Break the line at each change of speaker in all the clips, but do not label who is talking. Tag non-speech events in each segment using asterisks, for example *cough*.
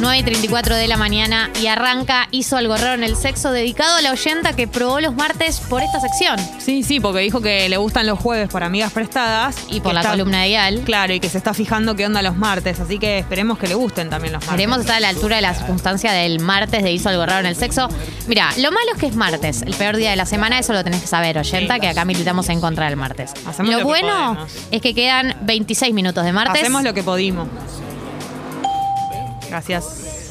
9.34 de la mañana y arranca Hizo algo raro en el sexo, dedicado a la oyenta que probó los martes por esta sección.
Sí, sí, porque dijo que le gustan los jueves por amigas prestadas.
Y
que
por la
está-
columna de Ial.
Claro, y que se está fijando qué onda los martes, así que esperemos que le gusten también los martes.
Queremos estar a la altura de la circunstancia del martes de hizo algo raro en el sexo. Mira, lo malo es que es martes, el peor día de la semana, eso lo tenés que saber, oyenta, que acá militamos en contra del martes.
Hacemos
lo,
lo que
bueno
podemos.
es que quedan 26 minutos de martes.
Hacemos lo que podimos. Gracias.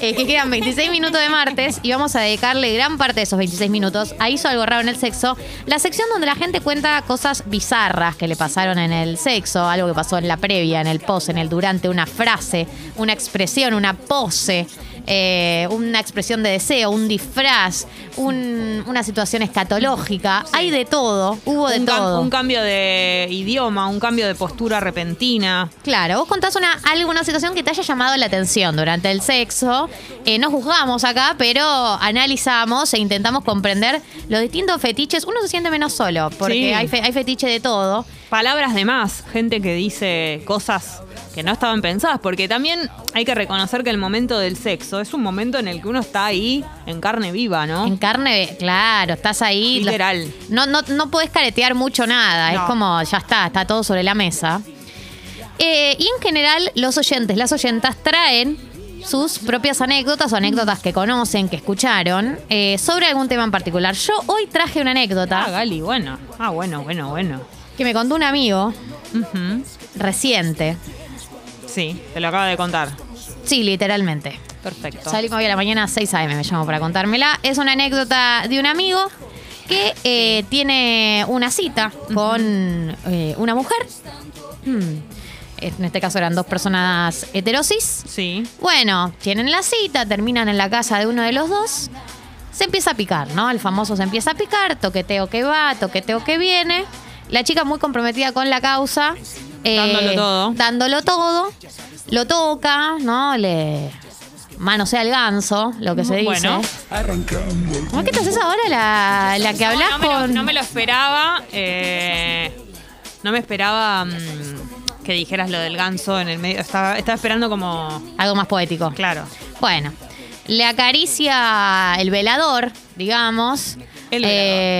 Eh, que quedan 26 minutos de martes y vamos a dedicarle gran parte de esos 26 minutos a Hizo algo raro en el sexo, la sección donde la gente cuenta cosas bizarras que le pasaron en el sexo, algo que pasó en la previa, en el post, en el durante, una frase, una expresión, una pose, eh, una expresión de deseo, un disfraz, un- una situación escatológica. Hay de todo, hubo de
un, cam-
todo.
un cambio de idioma, un cambio de postura repentina.
Claro, vos contás una, alguna situación que te haya llamado la atención durante el sexo. Eh, no juzgamos acá, pero analizamos e intentamos comprender los distintos fetiches. Uno se siente menos solo, porque
Sí.
hay, fe- hay fetiche de todo.
Palabras de más, gente que dice cosas que no estaban pensadas, porque también hay que reconocer que el momento del sexo es un momento en el que uno está ahí en carne viva,
En
¿no?
carne, claro, estás ahí. lo-
Ah. Literal.
No, no, no podés caretear mucho nada. Es
No.
como, ya está, está todo sobre la mesa. Eh, y en general, los oyentes, las oyentas traen sus propias anécdotas o anécdotas que conocen, que escucharon, eh, sobre algún tema en particular. Yo hoy traje una
Ah,
anécdota
Gali, bueno. Ah, bueno, bueno, bueno.
que me contó un amigo
Ujú.
reciente.
Sí, te lo acabo de contar.
Sí, literalmente.
Perfecto.
Salimos hoy a la mañana a 6 a.m. me llamo para contármela. Es una anécdota de un amigo que eh, tiene una cita con eh, una mujer. Mm. En este caso eran dos personas heterosis.
Sí.
Bueno, tienen la cita, terminan en la casa de uno de los dos. Se empieza a picar, ¿no? El famoso se empieza a picar, toqueteo que va, toqueteo que viene. La chica muy comprometida con la causa. eh,
Dándolo todo.
Dándolo todo. Lo toca, ¿no? Le manosea el ganso, lo que se
Bueno.
dice. ¿Cómo es que te haces ahora la, la que hablas
no, no me lo-
con...?
no me lo esperaba. eh, no me esperaba mm, que dijeras lo del ganso en el medio. Estaba, estaba esperando como.
Algo más poético.
Claro.
Bueno, le acaricia el velador, digamos.
El
Eh,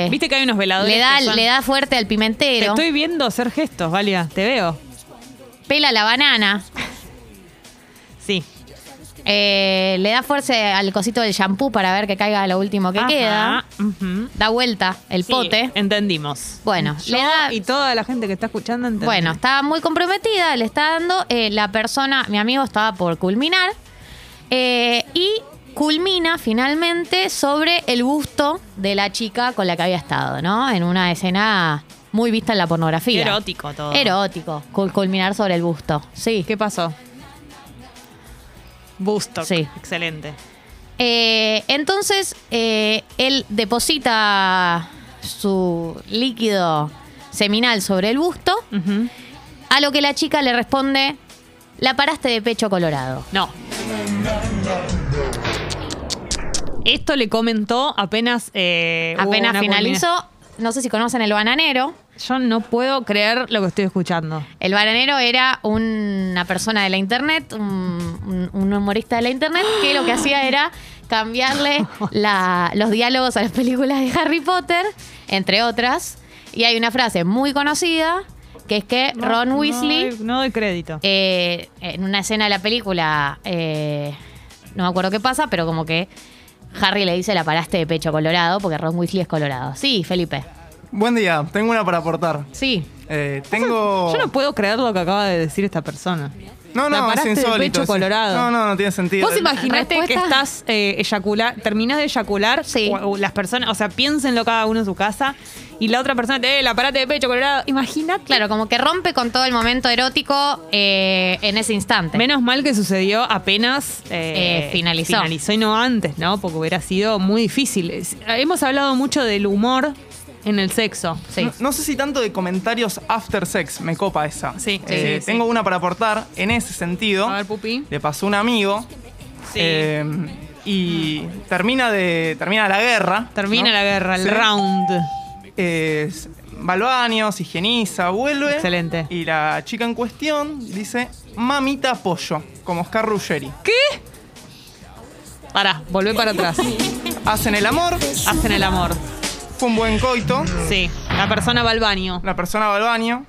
velador. Viste que hay unos veladores.
Le da,
que son-
le da fuerte al
Te
pimentero.
estoy viendo hacer gestos, Galia. Te veo.
Pela la banana.
Sí.
eh, le da fuerza al cosito del shampoo para ver que caiga lo último que
Ajá,
queda.
ujú.
Da vuelta el
Sí,
pote.
Entendimos.
Bueno,
Yo
le da-
y toda la gente que está escuchando entiende.
Bueno, estaba muy comprometida, le está dando. eh, la persona, mi amigo, estaba por culminar. eh, y culmina finalmente sobre el busto de la chica con la que había estado, ¿no? En una escena muy vista en la pornografía.
Erótico todo.
Erótico. cul- Culminar sobre el busto. Sí.
¿Qué pasó? Busto.
Sí.
Excelente.
Eh, entonces, eh, él deposita su líquido seminal sobre el busto,
Ujú.
a lo que la chica le responde, la paraste de pecho colorado.
No. Esto le comentó apenas. eh, hubo
Apenas
una
finalizó, no sé si conocen el bananero.
culmina- Yo no puedo creer lo que estoy escuchando.
El bananero era una persona de la internet, un, un- un humorista de la internet, que lo que hacía era cambiarle la- los diálogos a las películas de Harry Potter, entre otras. Y hay una frase muy conocida, que es que Ron
No,
Weasley,
No doy, no doy crédito.
eh, en una escena de la película, eh, no me acuerdo qué pasa, pero como que Harry le dice la paraste de pecho colorado, porque Ron Weasley es colorado. Sí, Felipe.
Buen día, tengo una para aportar.
Sí.
Eh, tengo.
Yo no puedo creer lo que acaba de decir esta persona. La
No, no, es
paraste de
insólito.
pecho
es-
colorado.
No, no, no tiene sentido.
Vos imaginaste que
Respuesta.
estás eh, eyacula- terminás de eyacular,
Sí.
o- o las personas, o sea, piénsenlo cada uno en su casa, y la otra persona te, eh, la parate de pecho colorado. Imagínate.
Claro, como que rompe con todo el momento erótico eh, en ese instante.
Menos mal que sucedió apenas
Eh, finalizó.
y no antes, ¿no? Porque hubiera sido muy difícil. Es- Hemos hablado mucho del humor en el sexo.
Sí.
No, no sé si tanto de comentarios after sex, me copa esa.
Sí,
Eh,
sí, sí.
Tengo una para aportar en ese sentido.
A ver, Pupi.
Le pasó a un amigo. eh, y termina de. termina la guerra.
Termina la guerra, el round.
Eh, s- va al baño, se higieniza, vuelve.
Excelente.
Y la chica en cuestión dice: Mamita pollo. con Oscar Ruggeri.
¿Qué? Pará,
*laughs*
volvé para atrás.
Hacen el amor,
Hacen el amor.
fue un buen coito,
Sí. La persona va al baño.
la persona va al baño.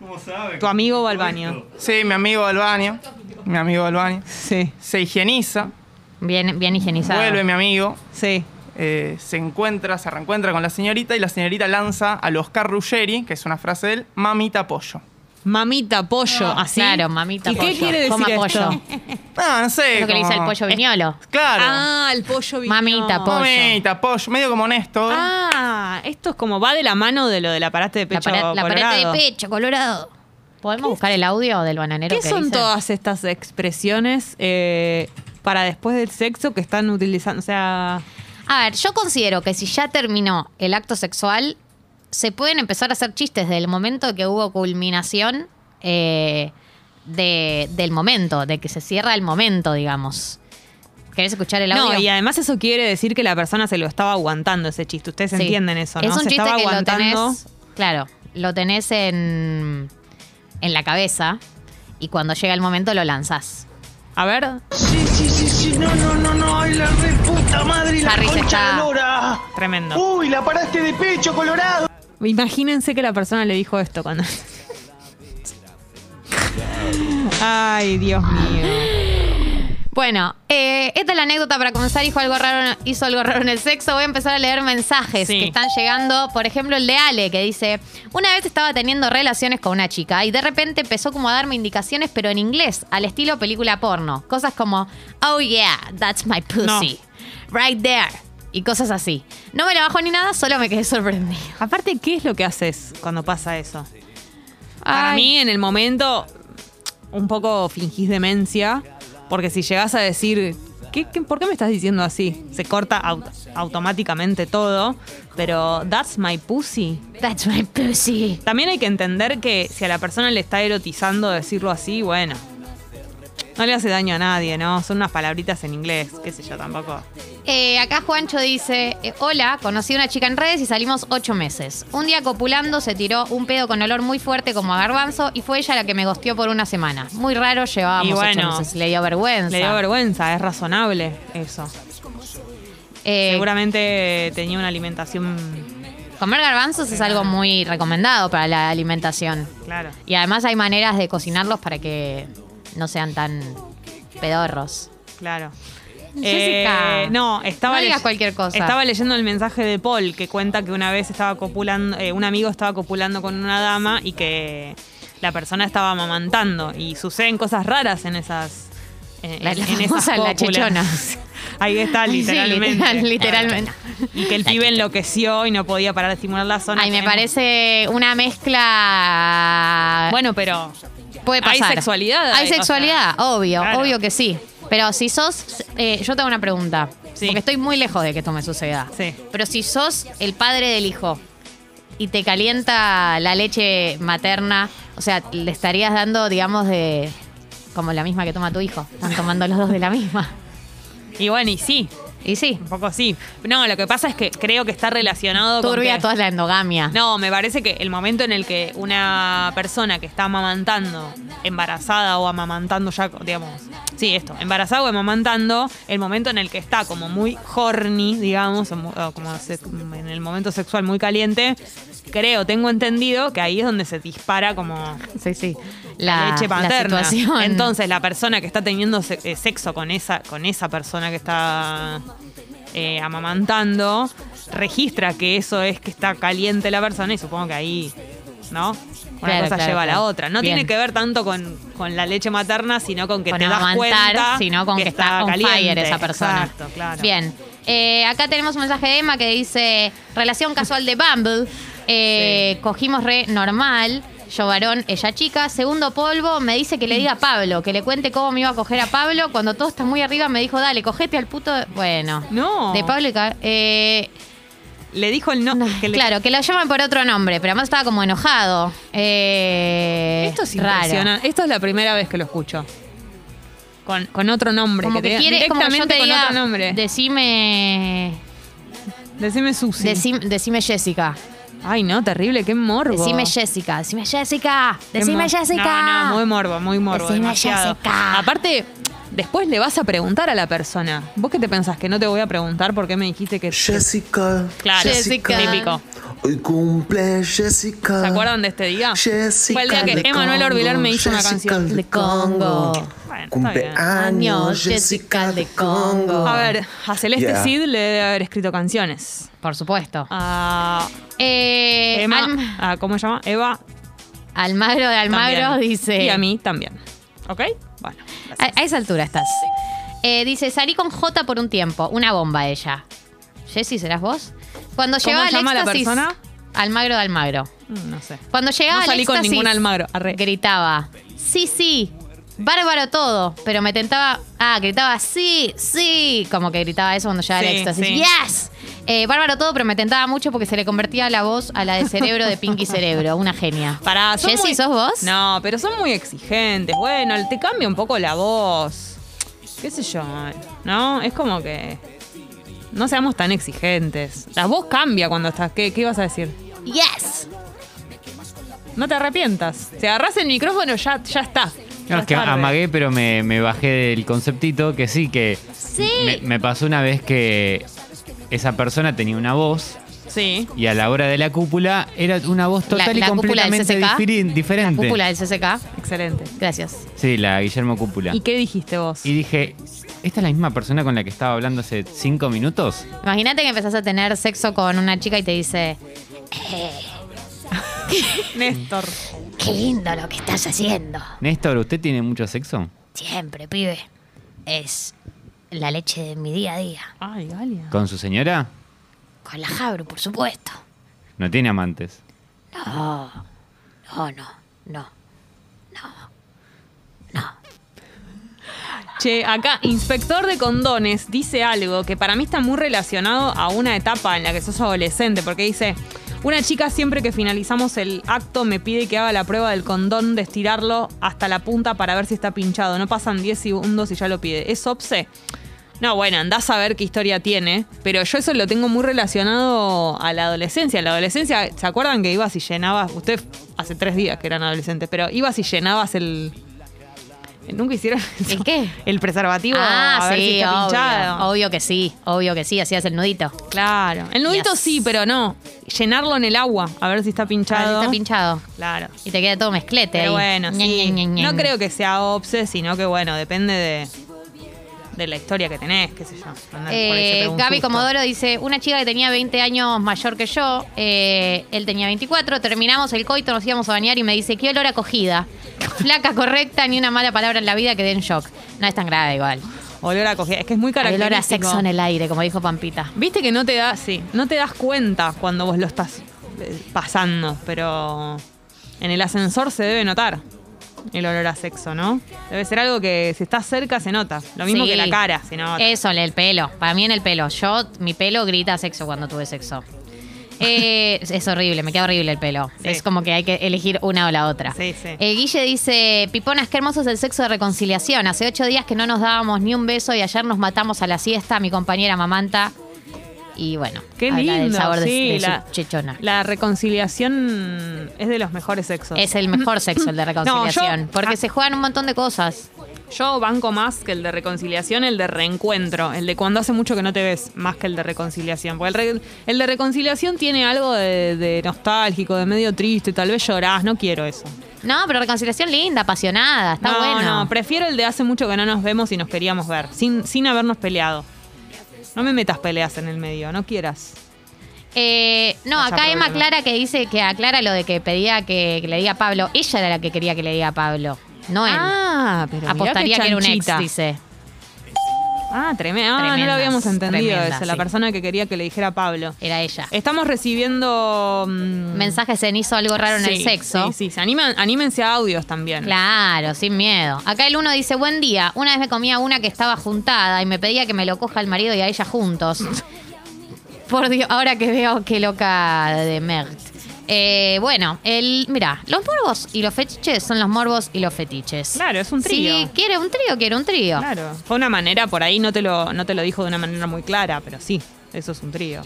Tu amigo va al baño.
Sí, mi amigo va al baño. Mi amigo va al baño.
Sí.
Se higieniza,
Bien, bien higienizado.
vuelve mi amigo,
Sí.
eh, se encuentra, se reencuentra con la señorita y la señorita lanza al Oscar Ruggeri, que es una frase de él, mamita pollo.
Mamita pollo, así.
Ah, Claro, mamita
¿Y
pollo.
qué quiere decir
Coma
esto?
pollo.
Ah, no sé.
Es lo que le dice el
como-
pollo viñolo.
Claro.
Ah, el pollo vino.
Mamita pollo.
mamita pollo, medio como honesto.
Ah, esto es como va de la mano de lo del aparato de
La,
pecho
pared- la pared de
colorado.
pecho colorado. ¿Podemos buscar el audio del bananero?
¿Qué
que
son
dice?
todas estas expresiones eh, para después del sexo que están utilizando? O sea,
A ver, yo considero que si ya terminó el acto sexual, se pueden empezar a hacer chistes del momento que hubo culminación eh, de- del momento, de que se cierra el momento, digamos. ¿Querés escuchar el audio?
no, y además eso quiere decir que la persona se lo estaba aguantando ese chiste. Ustedes
Sí.
entienden eso, ¿no?
Es un
se
chiste
estaba
que lo
aguantando.
tenés, claro, lo tenés en, en la cabeza y cuando llega el momento lo lanzás.
A ver,
Sí, sí, sí, sí, no, no, no, no, ay, la re puta madre, la
Harry se
concha
está-
de la lora.
tremendo.
Uy, la paraste de pecho, colorado.
Imagínense que la persona le dijo esto cuando. *laughs* Ay, Dios mío.
Bueno, eh, esta es la anécdota para comenzar. Hizo algo raro, hizo algo raro en el sexo. Voy a empezar a leer mensajes
Sí.
que están llegando. Por ejemplo, el de Ale, que dice: Una vez estaba teniendo relaciones con una chica y de repente empezó como a darme indicaciones, pero en inglés, al estilo película porno. Cosas como: Oh yeah, that's my pussy. Right there. Y cosas así. No me la bajo ni nada, solo me quedé sorprendido.
Aparte, ¿qué es lo que haces cuando pasa eso? Para mí, en el momento, un poco fingís demencia, porque si llegás a decir, ¿qué, qué- por qué me estás diciendo así? Se corta au- automáticamente todo, pero that's my pussy.
That's my pussy.
También hay que entender que si a la persona le está erotizando decirlo así, bueno, no le hace daño a nadie, ¿no? Son unas palabritas en inglés, qué sé yo tampoco.
Eh, acá Juancho dice, eh, hola, conocí a una chica en redes y salimos ocho meses. Un día copulando se tiró un pedo con olor muy fuerte como a garbanzo y fue ella la que me gosteó por una semana. Muy raro, llevábamos
Y bueno,
ocho meses. Le dio vergüenza.
Le dio vergüenza, es razonable eso.
Eh,
Seguramente tenía una alimentación,
comer garbanzos es algo muy recomendado para la alimentación.
claro.
Y además hay maneras de cocinarlos para que no sean tan pedorros.
Claro. Eh,
Jessica,
no, estaba
no digas
ley-
cualquier cosa.
Estaba leyendo el mensaje de Paul que cuenta que una vez estaba copulando, eh, un amigo estaba copulando con una dama y que la persona estaba amamantando y suceden cosas raras en esas eh,
La-
en,
la
en esas
famosa la
cópulas.
chechona.
*laughs* Ahí está
Sí,
Ah, literalmente.
literal- literalmente.
Y que el pibe enloqueció y no podía parar de estimular la zona. Em,
Ay, me
En-
parece una mezcla...
Bueno, pero
Puede
Hay
pasar.
sexualidad
Hay
ahí, o
sexualidad, obvio,
claro.
obvio que sí. Pero si sos. eh, yo tengo una pregunta.
Sí.
Porque estoy muy lejos de que esto me suceda.
Sí.
Pero si sos el padre del hijo y te calienta la leche materna, o sea, le estarías dando, digamos, de. Como la misma que toma tu hijo. Están tomando los dos de la misma.
y bueno, y sí,
Y sí,
un poco sí. No, lo que pasa es que creo que está relacionado con
turbia
que-
toda la endogamia.
No, me parece que el momento en el que una persona que está amamantando, embarazada o amamantando ya, digamos, sí, esto, embarazada o amamantando, el momento en el que está como muy horny, digamos, o mu- o como se- en el momento sexual muy caliente, creo, tengo entendido que ahí es donde se dispara como
Sí, sí.
la
La,
leche
la
paterna.
situación.
Entonces, la persona que está teniendo se- eh, sexo con esa, con esa persona que está eh, amamantando, registra que eso es que está caliente la persona y supongo que ahí, ¿no? Una
Claro,
cosa
claro,
lleva a
claro.
la otra. No
Bien.
tiene que ver tanto con, con la leche materna, sino con que
con
te das
amamantar,
cuenta.
sino con que, está, on
caliente.
fire esa persona.
Exacto, claro.
Bien. Eh, acá tenemos un mensaje de Emma que dice: relación casual de Bumble. Eh, Cogimos re normal. Yo varón, ella chica. Segundo polvo, me dice que le diga a Pablo, que le cuente cómo me iba a coger a Pablo. Cuando todo está muy arriba, me dijo, dale, cogete al puto. de-". Bueno.
No.
De Pablo y ca- eh,
Le dijo el no. que le-
Claro, que lo llaman por otro nombre, pero además estaba como enojado. Eh,
Esto es
raro.
impresionante. Esto es la primera vez que lo escucho. Con, con otro nombre.
Como que,
te diga-
quiere, como yo
directamente
te
con
diga,
otro nombre.
Decime.
Decime Susi.
decim- decime Jessica.
Ay, no, terrible, qué morbo.
Decime Jessica. Decime Jessica.
Qué
Decime
mor-
Jessica.
No, no, muy morbo, muy morbo.
Decime
demasiado.
Jessica.
Aparte, Después le vas a preguntar a la persona. ¿Vos qué te pensás? Que no te voy a preguntar por qué me dijiste que...
Jessica.
Claro,
Jessica.
típico.
Hoy cumple Jessica.
¿Se acuerdan de este día?
Jessica.
Fue el día que
de
Emanuel
Congo,
Orbilar me hizo una
Jessica
canción.
De Congo.
Bueno, está bien.
Cumpleaños, Jessica de Congo.
A ver, a Celeste
Yeah.
Cid le debe haber escrito canciones.
Por supuesto.
A
Ah, Eh,
Ah. Emma,
Alm-
a- ¿cómo se llama? Eva.
Almagro de Almagro
también.
dice.
Y a mí también. ¿Ok? Bueno. gracias.
A, a esa altura estás. Eh, dice, salí con J por un tiempo. Una bomba ella. Jessy, ¿serás vos? Cuando
¿Cómo
llegaba al
llama la
éxtasis-
persona?
Almagro de Almagro.
Mm, No sé.
Cuando llegaba
No
al
salí con
éxtasis,
ningún Almagro. Arre.
Gritaba, sí, sí, bárbaro todo. Pero me tentaba. Ah, gritaba, sí, sí. Como que gritaba eso cuando llegaba al
Sí,
éxtasis.
sí.
¡Yes! Eh, bárbaro todo, pero me tentaba mucho porque se le convertía la voz a la de cerebro de
*laughs*
Pinky Cerebro. Una genia.
Pará, son
Jessy,
muy-
¿sos vos?
No, pero son muy exigentes. Bueno, te cambia un poco la voz. ¿Qué sé yo? ¿No? Es como que. No seamos tan exigentes. La voz cambia cuando estás. ¿Qué, qué ibas a decir?
¡Yes!
No te arrepientas. Si agarrás el micrófono, ya, ya está. Ya
No, es que
tarde.
amagué, pero me, me bajé del conceptito que sí, que
Sí.
me, me pasó una vez que esa persona tenía una voz
Sí.
y a la hora de la cúpula era una voz total y
cúpula del
completamente
CCK,
diferi-
La
diferente.
cúpula del CCK.
Excelente.
Gracias.
sí, la Guillermo Cúpula.
¿Y qué dijiste vos?
Y dije, ¿esta es la misma persona con la que estaba hablando hace cinco minutos?
Imagínate que empezás a tener sexo con una chica y te dice,
Néstor.
Qué lindo lo que estás haciendo.
Néstor, ¿usted tiene mucho sexo?
Siempre, pibe. Es la leche de mi día a día.
Ay, Galia.
¿Con su señora?
Con la Jabro, por supuesto.
No tiene amantes.
No, no, no.
Che, acá, inspector de condones dice algo que para mí está muy relacionado a una etapa en la que sos adolescente, porque dice, una chica siempre que finalizamos el acto me pide que haga la prueba del condón de estirarlo hasta la punta para ver si está pinchado. No pasan 10 segundos y ya lo pide. ¿Es obse? No, bueno, andás a ver qué historia tiene, pero yo eso lo tengo muy relacionado a la adolescencia. En la adolescencia, ¿se acuerdan que ibas y llenabas? Usted hace tres días que eran adolescentes, pero ibas y llenabas el... Nunca hicieron eso.
¿el qué?
El preservativo.
Ah,
a ver
sí,
si está
obvio.
pinchado.
Obvio que sí, obvio que sí, hacías el nudito.
Claro. El nudito
Yes.
sí, pero no. Llenarlo en el agua, a ver si está
Ah,
pinchado.
sí, está pinchado.
Claro.
Y te queda todo mezclete
Pero
ahí.
bueno,
Ña, ña,
sí.
ña, ña.
No creo que sea obse, sino que bueno, depende de, de la historia que tenés, qué sé yo. Andar por ahí se
Eh,
pega un
Gaby
susto.
Comodoro dice, una chica que tenía 20 años mayor que yo, eh, él tenía 24, terminamos el coito, nos íbamos a bañar y me dice, qué olor a cogida. Flaca, correcta, ni una mala palabra en la vida que den shock. No es tan grave igual.
Olor a cogida. Es que es muy
Hay
característico.
olor a sexo en el aire, como dijo Pampita.
Viste que no te das, sí, no te das cuenta cuando vos lo estás eh, pasando, pero en el ascensor se debe notar el olor a sexo, ¿no? Debe ser algo que si estás cerca se nota. Lo mismo
Sí.
que la cara, se nota.
Eso, el pelo. Para mí en el pelo. Yo, mi pelo grita sexo cuando tuve sexo. Eh, es horrible, me queda horrible el pelo.
Sí.
Es como que hay que elegir una o la otra.
Sí, sí.
Eh, Guille dice, Piponas, qué hermoso es el sexo de reconciliación. Hace ocho días que no nos dábamos ni un beso y ayer nos matamos a la siesta, mi compañera Mamanta. Y bueno,
Qué
habla del
lindo,
sabor de-
sí,
de, su
la,
chichona.
la reconciliación es de los mejores sexos.
Es el mejor sexo el
*laughs*
de reconciliación,
No, yo-
porque
ah.
se juegan un montón de cosas.
Yo banco más que el de reconciliación, el de reencuentro, el de cuando hace mucho que no te ves, más que el de reconciliación. Porque el, re- el de reconciliación tiene algo de, de nostálgico, de medio triste, tal vez llorás, no quiero eso.
No, pero reconciliación linda, apasionada, está
no,
bueno.
no, prefiero el de hace mucho que no nos vemos y nos queríamos ver, sin, sin habernos peleado. No me metas peleas en el medio, no quieras.
Eh, no,
Vas a
acá Emma
problema.
Clara que dice que aclara lo de que pedía que, que le diga a Pablo. Ella era la que quería que le diga a Pablo, no él.
Ah, pero mirá
Apostaría
qué
que era un ex,
chanchita.
dice.
Ah, tremendo. Ah, no lo
Tremendas,
habíamos entendido
tremendas,
eso, la
sí.
persona que quería que le dijera a Pablo.
Era ella.
Estamos recibiendo... mm,
Mensajes en hizo algo raro en el
sí,
sexo.
Sí, sí, se animan, anímense a audios también.
Claro, sin miedo. Acá el uno dice, buen día. Una vez me comía una que estaba juntada y me pedía que me lo coja al marido y a ella juntos. *laughs* Por Dios, ahora que veo qué loca de Mert. Eh, bueno, el, mira, los morbos y los fetiches son los morbos y los fetiches.
Claro, es un trío.
Si quiere un trío, quiere un trío.
Claro. Fue una manera, por ahí no te, lo, no te lo dijo de una manera muy clara, pero sí, eso es un trío.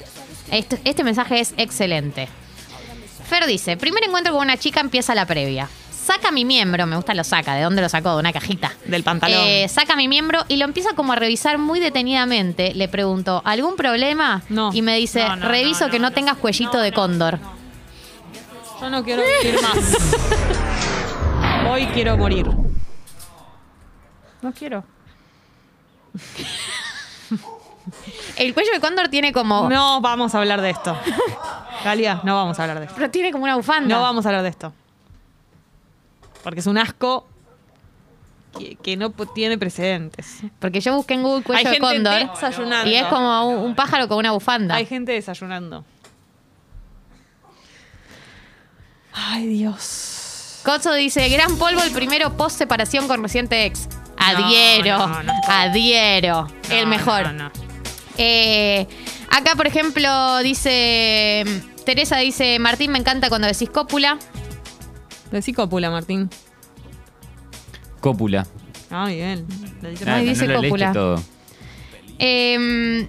Este, este mensaje es excelente. Fer dice, primer encuentro con una chica empieza la previa. saca mi miembro, me gusta lo saca, ¿de dónde lo sacó? De una cajita.
Del pantalón.
Eh, saca mi miembro y lo empieza como a revisar muy detenidamente. Le pregunto, ¿algún problema?
No.
Y me dice,
No, no,
reviso
no,
que
no,
no,
no.
tengas cuellito de cóndor.
Yo no quiero
*laughs*
vivir más. Hoy quiero morir. No quiero.
El cuello de cóndor tiene como...
No vamos a hablar
*laughs*
de esto. Galia, no vamos a hablar de esto.
Pero tiene como una bufanda.
No vamos a hablar de esto. Porque es un asco que, que no po- tiene precedentes.
Porque yo busqué en Google cuello
Hay
de
gente
cóndor
desayunando.
y es como un, un pájaro con una bufanda.
Hay gente desayunando. Ay, Dios.
Cocho dice, gran polvo el primero post separación con reciente ex. Adhiero,
no, no puedo.
adhiero. el
No,
mejor.
no, no.
Eh, acá, por ejemplo, dice. Teresa dice: Martín, me encanta cuando decís cópula.
Decí cópula, Martín.
Cópula.
Ah, bien. Lo dijiste
Ay,
Nada,
mal.
dice
no lo leíste
cópula.
todo.
Eh,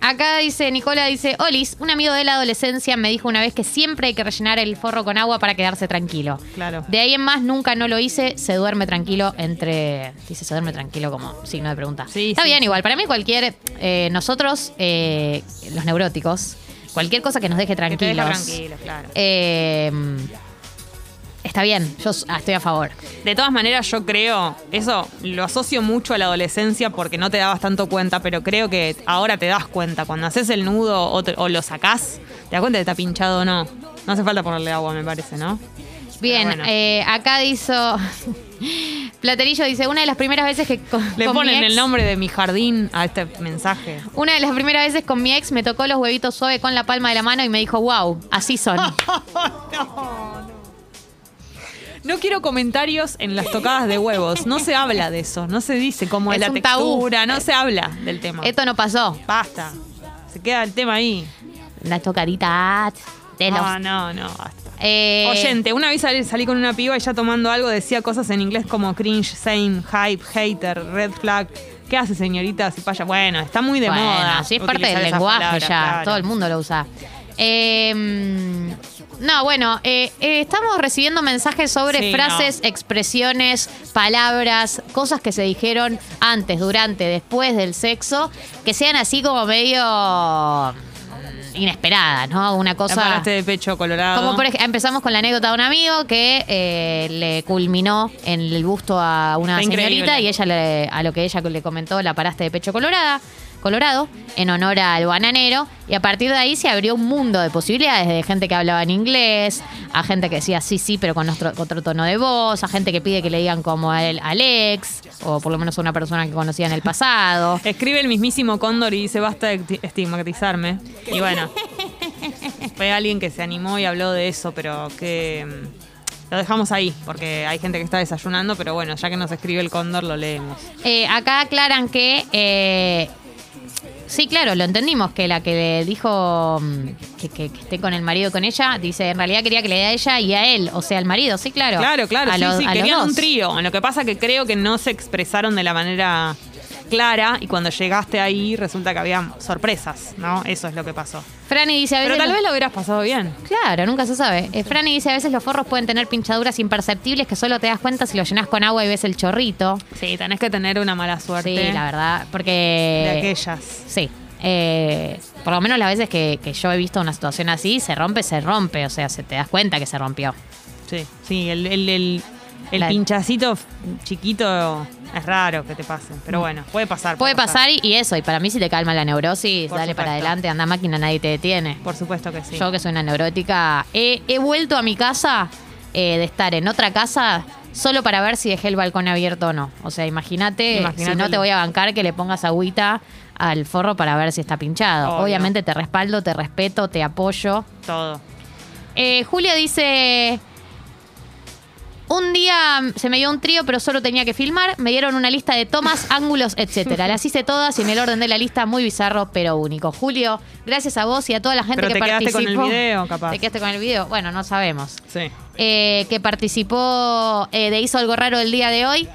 acá dice: Nicola dice: Olis, un amigo de la adolescencia me dijo una vez que siempre hay que rellenar el forro con agua para quedarse tranquilo.
Claro.
De ahí en más nunca no lo hice, se duerme tranquilo entre. Dice, se duerme tranquilo como signo de pregunta.
Sí,
Está
sí.
bien, igual. Para mí, cualquier. eh, nosotros, eh, los neuróticos, cualquier cosa que nos deje
Que te deja
tranquilos.
tranquilo, claro.
eh, está bien, yo s- ah, estoy a favor.
De todas maneras, yo creo, eso lo asocio mucho a la adolescencia porque no te dabas tanto cuenta, pero creo que ahora te das cuenta. Cuando haces el nudo o, te- o lo sacás, te das cuenta que está pinchado o no. No hace falta ponerle agua, me parece, ¿no?
Bien,
Pero bueno.
eh, acá dice. *laughs* Platerillo dice, una de las primeras veces que con,
Le
con mi
ponen
ex-
el nombre de mi jardín a este mensaje.
Una de las primeras veces con mi ex me tocó los huevitos suave con la palma de la mano y me dijo, wow, así
*laughs*
son.
No quiero comentarios en las tocadas de huevos. No se habla de eso. No se dice cómo es,
Es
la
un tabú.
textura. No se habla del tema.
Esto no pasó.
Basta. Se queda el tema ahí.
Las tocaditas ah, de los...
No, no, no. Basta.
Eh,
Oyente, una vez salí, salí con una piba y ya tomando algo decía cosas en inglés como cringe, same, hype, hater, red flag. ¿Qué hace señorita si paya? Bueno, está muy de
bueno,
moda.
sí, es parte
utilizar
del
esas
lenguaje
palabras,
ya.
claro.
Todo el mundo lo usa. Eh, mm, no, bueno, eh, eh, estamos recibiendo mensajes sobre
Sí,
frases, expresiones, palabras, cosas que se dijeron antes, durante, después del sexo, que sean así como medio mm, inesperadas, ¿no? Una
La
cosa...
paraste de pecho colorado.
Como por ej- empezamos con la anécdota de un amigo que eh, le culminó en el busto a una
Está
señorita
increíble.
y ella le- a lo que ella le comentó la paraste de pecho colorada, colorado en honor al bananero y a partir de ahí se abrió un mundo de posibilidades de gente que hablaba en inglés, a gente que decía sí sí pero con otro, otro tono de voz, a gente que pide que le digan como al Alex o por lo menos a una persona que conocía en el pasado.
Escribe el mismísimo Cóndor y dice basta de esti- estigmatizarme.
*laughs*
Y bueno, fue alguien que se animó y habló de eso, pero que mm, lo dejamos ahí, porque hay gente que está desayunando, pero bueno, ya que nos escribe el Cóndor lo leemos.
Eh, acá aclaran que. eh, sí, claro, lo entendimos, que la que le dijo mm, que, que- que esté con el marido y con ella, dice, en realidad quería que le dé a ella y a él, o sea, al marido, sí, claro.
Claro, claro,
A
sí,
los-
sí,
a los
querían
dos.
un trío. Lo que pasa que creo que no se expresaron de la manera clara y cuando llegaste ahí resulta que había sorpresas, ¿no? Eso es lo que pasó.
Franny dice, a veces.
Pero tal
los-
vez lo hubieras pasado bien.
Claro, nunca se sabe. Eh, Franny dice, a veces los forros pueden tener pinchaduras imperceptibles que solo te das cuenta si lo llenas con agua y ves el chorrito.
Sí, tenés que tener una mala suerte
Sí, la verdad, porque...
de aquellas.
Sí. Eh, por lo menos las veces que, que yo he visto una situación así, se rompe, se rompe. O sea, se te das cuenta que se rompió.
Sí, sí, el, el, el, el
La-
pinchacito f- chiquito es raro que te pase. Pero bueno, puede pasar.
Mm. Puede pasar y, y eso, y para mí si te calma la neurosis,
Por
dale para
supuesto.
adelante, anda máquina, nadie te detiene.
Por supuesto que sí.
Yo que soy una neurótica, he, he vuelto a mi casa eh, de estar en otra casa solo para ver si dejé el balcón abierto o no. O sea, imagínate, si no
Imagínatelo.
te voy a bancar que le pongas agüita al forro para ver si está pinchado.
Obvio.
Obviamente te respaldo, te respeto, te apoyo.
Todo.
Eh, Julia dice. Un día se me dio un trío, pero solo tenía que filmar. Me dieron una lista de
*laughs*
tomas, ángulos, etcétera. Las hice todas y en el orden de la lista, muy bizarro, pero único. Julio, gracias a vos y a toda la gente
Pero
que
te quedaste
participó.
con el video, capaz.
Te quedaste con el video. Bueno, no sabemos.
Sí.
Eh, que participó eh, de Hizo Algo Raro el día de hoy.